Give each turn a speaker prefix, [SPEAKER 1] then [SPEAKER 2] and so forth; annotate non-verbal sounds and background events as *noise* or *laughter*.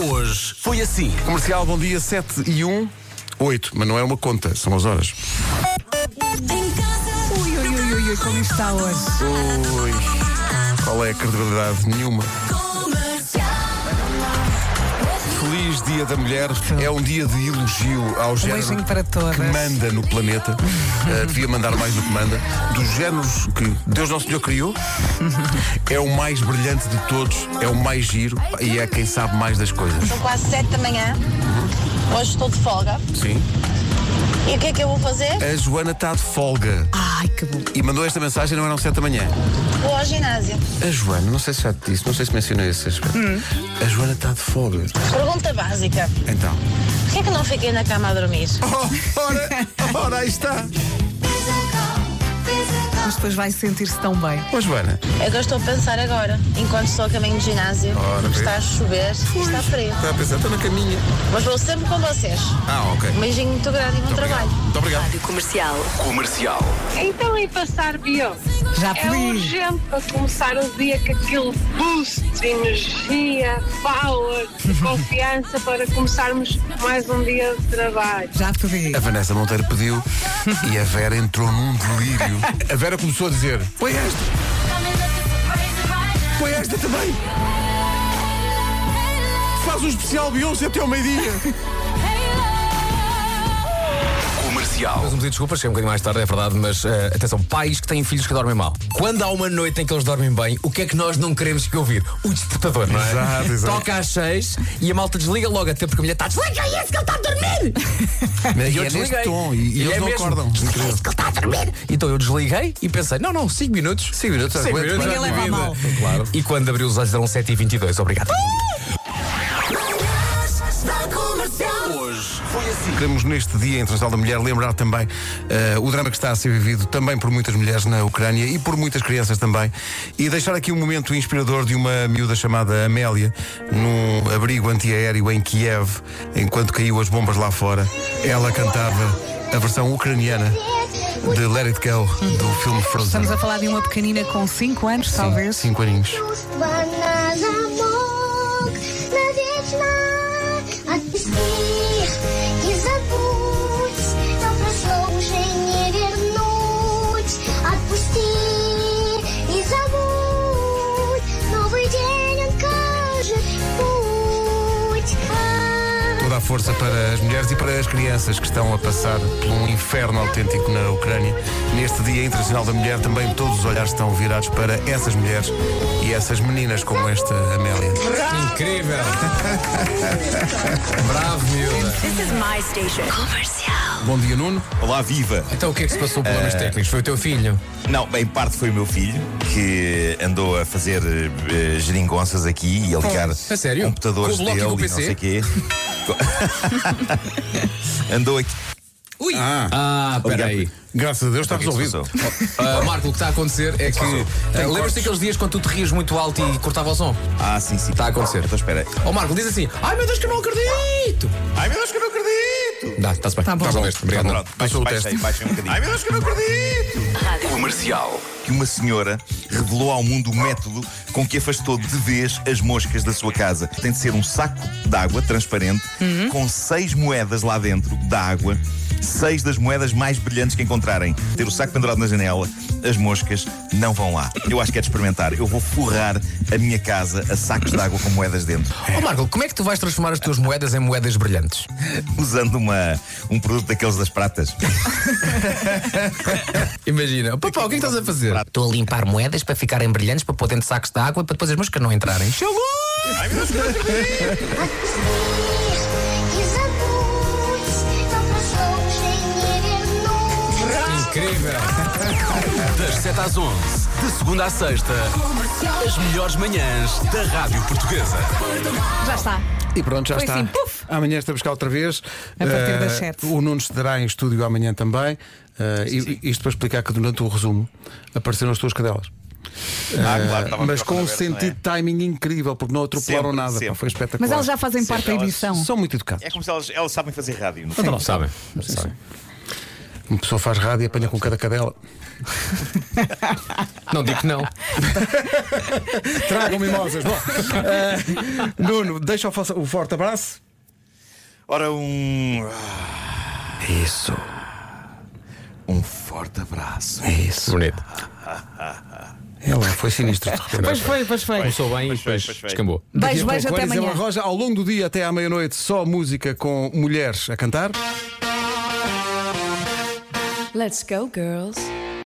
[SPEAKER 1] Hoje foi assim.
[SPEAKER 2] Comercial, bom dia, 7 e 1, 8, mas não é uma conta, são as horas.
[SPEAKER 3] Ui, ui, ui, ui, ui, como está hoje.
[SPEAKER 2] Ui, qual é a credibilidade? Nenhuma. Feliz Dia da Mulher é um dia de elogio ao género
[SPEAKER 3] Um beijinho para todas.
[SPEAKER 2] que manda no planeta.
[SPEAKER 3] *laughs*
[SPEAKER 2] Eh, devia mandar mais do que manda. Dos géneros que Deus Nosso Senhor criou, é o mais brilhante de todos, é o mais giro e é quem sabe mais das coisas.
[SPEAKER 4] São quase sete da manhã. Hoje estou de folga.
[SPEAKER 2] Sim.
[SPEAKER 4] E o que é que eu vou fazer?
[SPEAKER 2] A Joana está de folga
[SPEAKER 3] Ai, que bom.
[SPEAKER 2] e mandou esta mensagem, não eram 7 da manhã.
[SPEAKER 4] Vou ao ginásio.
[SPEAKER 2] A Joana, não sei se já te disse, não sei se mencionei esse aspecto.
[SPEAKER 3] Hum.
[SPEAKER 2] A Joana está de folga.
[SPEAKER 4] Pergunta básica.
[SPEAKER 3] *laughs*
[SPEAKER 2] Então.
[SPEAKER 4] Porquê é que não fiquei na cama a dormir?
[SPEAKER 2] Oh, ora, ora, aí está.
[SPEAKER 3] Mas depois vai sentir-se tão bem.
[SPEAKER 2] Ó Joana,
[SPEAKER 4] É o que eu estou a pensar agora, enquanto estou a caminho do ginásio.
[SPEAKER 2] Ora, vê.
[SPEAKER 4] está a chover, está frio.
[SPEAKER 2] está Tá a pensar, estou na caminha.
[SPEAKER 4] Mas vou sempre com vocês.
[SPEAKER 2] Ah, ok.
[SPEAKER 4] Um
[SPEAKER 2] Muito
[SPEAKER 4] beijinho muito grande e bom trabalho.
[SPEAKER 2] obrigado. Muito obrigado.
[SPEAKER 5] Comercial.
[SPEAKER 1] Comercial.
[SPEAKER 6] Então, e passar Beyoncé?
[SPEAKER 3] Já
[SPEAKER 6] É
[SPEAKER 3] feliz.
[SPEAKER 6] urgente para começar o dia com aquele boost de energia, power, de confiança para começarmos mais um dia de trabalho.
[SPEAKER 3] Já pedi.
[SPEAKER 2] A Vanessa Monteiro pediu e a Vera entrou num
[SPEAKER 3] *laughs*
[SPEAKER 2] delírio. A Vera começou a dizer: Põe esta, põe esta também. Faz um especial Beyoncé até ao meio-dia.
[SPEAKER 1] Comercial.
[SPEAKER 7] Mas um pedido de desculpas, cheguei um bocadinho mais tarde, é verdade, mas eh, atenção, pais que têm filhos que dormem mal. Quando há uma noite em que eles dormem bem, o que é que nós não queremos que ouvir? O despertador, não é?
[SPEAKER 2] Exato, exato.
[SPEAKER 7] Toca às seis e a malta desliga logo, até porque a mulher está desliga e esse que ele está a dormir!
[SPEAKER 2] Mas é
[SPEAKER 7] eu
[SPEAKER 2] neste
[SPEAKER 7] desliguei.
[SPEAKER 2] tom e, e
[SPEAKER 7] E
[SPEAKER 2] eles
[SPEAKER 7] é
[SPEAKER 2] não
[SPEAKER 7] mesmo.
[SPEAKER 2] acordam.
[SPEAKER 7] É esse que ele está a dormir! Então eu desliguei e pensei, não, não, cinco minutos. cinco minutos,
[SPEAKER 2] aguento, aguento.
[SPEAKER 7] já
[SPEAKER 3] Ninguém leva a
[SPEAKER 7] vida.
[SPEAKER 3] mal.
[SPEAKER 7] Claro. E quando abriu os olhos eram 7h22, obrigado.
[SPEAKER 1] Hoje foi assim.
[SPEAKER 2] Queremos, neste Dia Internacional da Mulher, lembrar também eh, o drama que está a ser vivido também por muitas mulheres na Ucrânia e por muitas crianças também. E deixar aqui um momento inspirador de uma miúda chamada Amélia, num abrigo antiaéreo em Kiev, enquanto caiu as bombas lá fora. Ela cantava a versão ucraniana de Let It Go, do filme Frozen.
[SPEAKER 3] Estamos a falar de uma pequenina com 5 anos, talvez.
[SPEAKER 2] Cinco aninhos.
[SPEAKER 8] на замок навечно отпусти их и забудь, то прошло уже не вернуть. Отпусти и забудь, новый день он кажет путь. А,
[SPEAKER 2] Toda a força para as mulheres e para as crianças que estão a passar por um inferno autêntico na Ucrânia. Neste Dia Internacional da Mulher, também todos os olhares estão virados para essas mulheres e essas meninas como esta Amélia.
[SPEAKER 7] Incrível! *laughs* Bravo, miúda!
[SPEAKER 5] This is my station. Comercial.
[SPEAKER 2] Bom dia, Nuno.
[SPEAKER 9] Olá, viva!
[SPEAKER 7] Então o que é que se passou por problemas técnicos? Foi o teu filho?
[SPEAKER 9] Não, bem, parte foi o meu filho que andou a fazer eh, geringonças aqui e a ligar
[SPEAKER 7] a sério?
[SPEAKER 9] computadores
[SPEAKER 7] Com o bloco e
[SPEAKER 9] dele
[SPEAKER 7] com o
[SPEAKER 9] e não
[SPEAKER 7] PC? *laughs*
[SPEAKER 9] sei quê. andou aqui.
[SPEAKER 7] Ui! Ah, peraí.
[SPEAKER 2] Graças a Deus está
[SPEAKER 9] O que é que se
[SPEAKER 2] resolvido.
[SPEAKER 9] passou?
[SPEAKER 7] Ah, Marco, o que está a acontecer é que. ah, Lembras-te daqueles dias quando tu te rias muito alto e cortava o som?
[SPEAKER 9] Ah, sim, sim.
[SPEAKER 7] Está Tá a acontecer.
[SPEAKER 9] Então espera.
[SPEAKER 7] Ó Marco, diz assim: Ai meu Deus, que eu não acredito!
[SPEAKER 9] Ai meu Deus, que eu não acredito!
[SPEAKER 7] Dá, está-se bem.
[SPEAKER 3] Tá bom. Tá bom.
[SPEAKER 7] resolveste. Obrigado.
[SPEAKER 9] Pronto,
[SPEAKER 2] Passou
[SPEAKER 9] baixei,
[SPEAKER 2] o
[SPEAKER 9] baixei, baixei um bocadinho. Ai meu Deus, que eu não acredito!
[SPEAKER 1] Comercial.
[SPEAKER 9] Que uma senhora revelou ao mundo o método com que afastou de vez as moscas da sua casa. Tem de ser um saco de água transparente com seis moedas lá dentro da água. Seis das moedas mais brilhantes que encontrarem. Ter o saco pendurado na janela, as moscas não vão lá. Eu acho que é de experimentar. Eu vou forrar a minha casa a sacos de água com moedas dentro.
[SPEAKER 7] Ó Marco, como é que tu vais transformar as tuas moedas em moedas brilhantes?
[SPEAKER 9] Usando uma, um produto daqueles das pratas.
[SPEAKER 7] Imagina, papá, o que é que estás a fazer? Estou a limpar moedas para ficarem brilhantes, para pôr dentro de sacos de água, para depois as moscas não entrarem.
[SPEAKER 8] отпусти их и забудь, то прошло уже не вернуть.
[SPEAKER 7] Incrível!
[SPEAKER 1] Das 7 às 11, de segunda à sexta,
[SPEAKER 9] Ah,
[SPEAKER 1] as melhores manhãs da Rádio Portuguesa.
[SPEAKER 3] Já está.
[SPEAKER 2] E pronto, já
[SPEAKER 3] Foi
[SPEAKER 2] está.
[SPEAKER 3] assim, puf.
[SPEAKER 2] Amanhã estamos cá outra vez.
[SPEAKER 3] A partir
[SPEAKER 2] Eh,
[SPEAKER 3] das sete.
[SPEAKER 2] O Nuno estará em estúdio amanhã também. Eh, e- isto para explicar que durante o resumo apareceram as tuas cadelas.
[SPEAKER 9] Ah, claro,
[SPEAKER 2] Eh, mas
[SPEAKER 9] estava microfone
[SPEAKER 2] com um
[SPEAKER 9] aberto, não é?
[SPEAKER 2] sentido de timing incrível, porque não atropelaram
[SPEAKER 9] Sempre,
[SPEAKER 2] nada. pá,
[SPEAKER 9] sempre.
[SPEAKER 2] Foi espetacular.
[SPEAKER 3] Mas elas já fazem parte da
[SPEAKER 9] elas
[SPEAKER 3] edição.
[SPEAKER 2] São muito educados.
[SPEAKER 7] Então
[SPEAKER 9] É como se elas, elas sabem fazer rádio. não
[SPEAKER 2] Então não
[SPEAKER 7] Sabem? Sabem.
[SPEAKER 2] Uma pessoa faz rádio e apanha com cada cadela.
[SPEAKER 7] Não digo que não.
[SPEAKER 2] Tragam mimosas. Bom, eh, Nuno, deixa o fa- o forte abraço.
[SPEAKER 9] Ora, um.
[SPEAKER 2] Isso,
[SPEAKER 9] Um forte abraço.
[SPEAKER 2] isso.
[SPEAKER 7] Bonito.
[SPEAKER 2] Ela foi sinistro. de repente.
[SPEAKER 3] Pois foi, pois foi.
[SPEAKER 7] Começou bem e
[SPEAKER 9] Pois foi,
[SPEAKER 7] depois
[SPEAKER 9] pois foi.
[SPEAKER 7] descambou.
[SPEAKER 2] Daqui a
[SPEAKER 3] Beijo,
[SPEAKER 2] pouco
[SPEAKER 3] beijo,
[SPEAKER 2] vai
[SPEAKER 3] até
[SPEAKER 2] Isabel
[SPEAKER 3] amanhã.
[SPEAKER 2] Roja, ao longo do dia até à meia-noite, só música com mulheres a cantar.
[SPEAKER 5] Let's go, girls.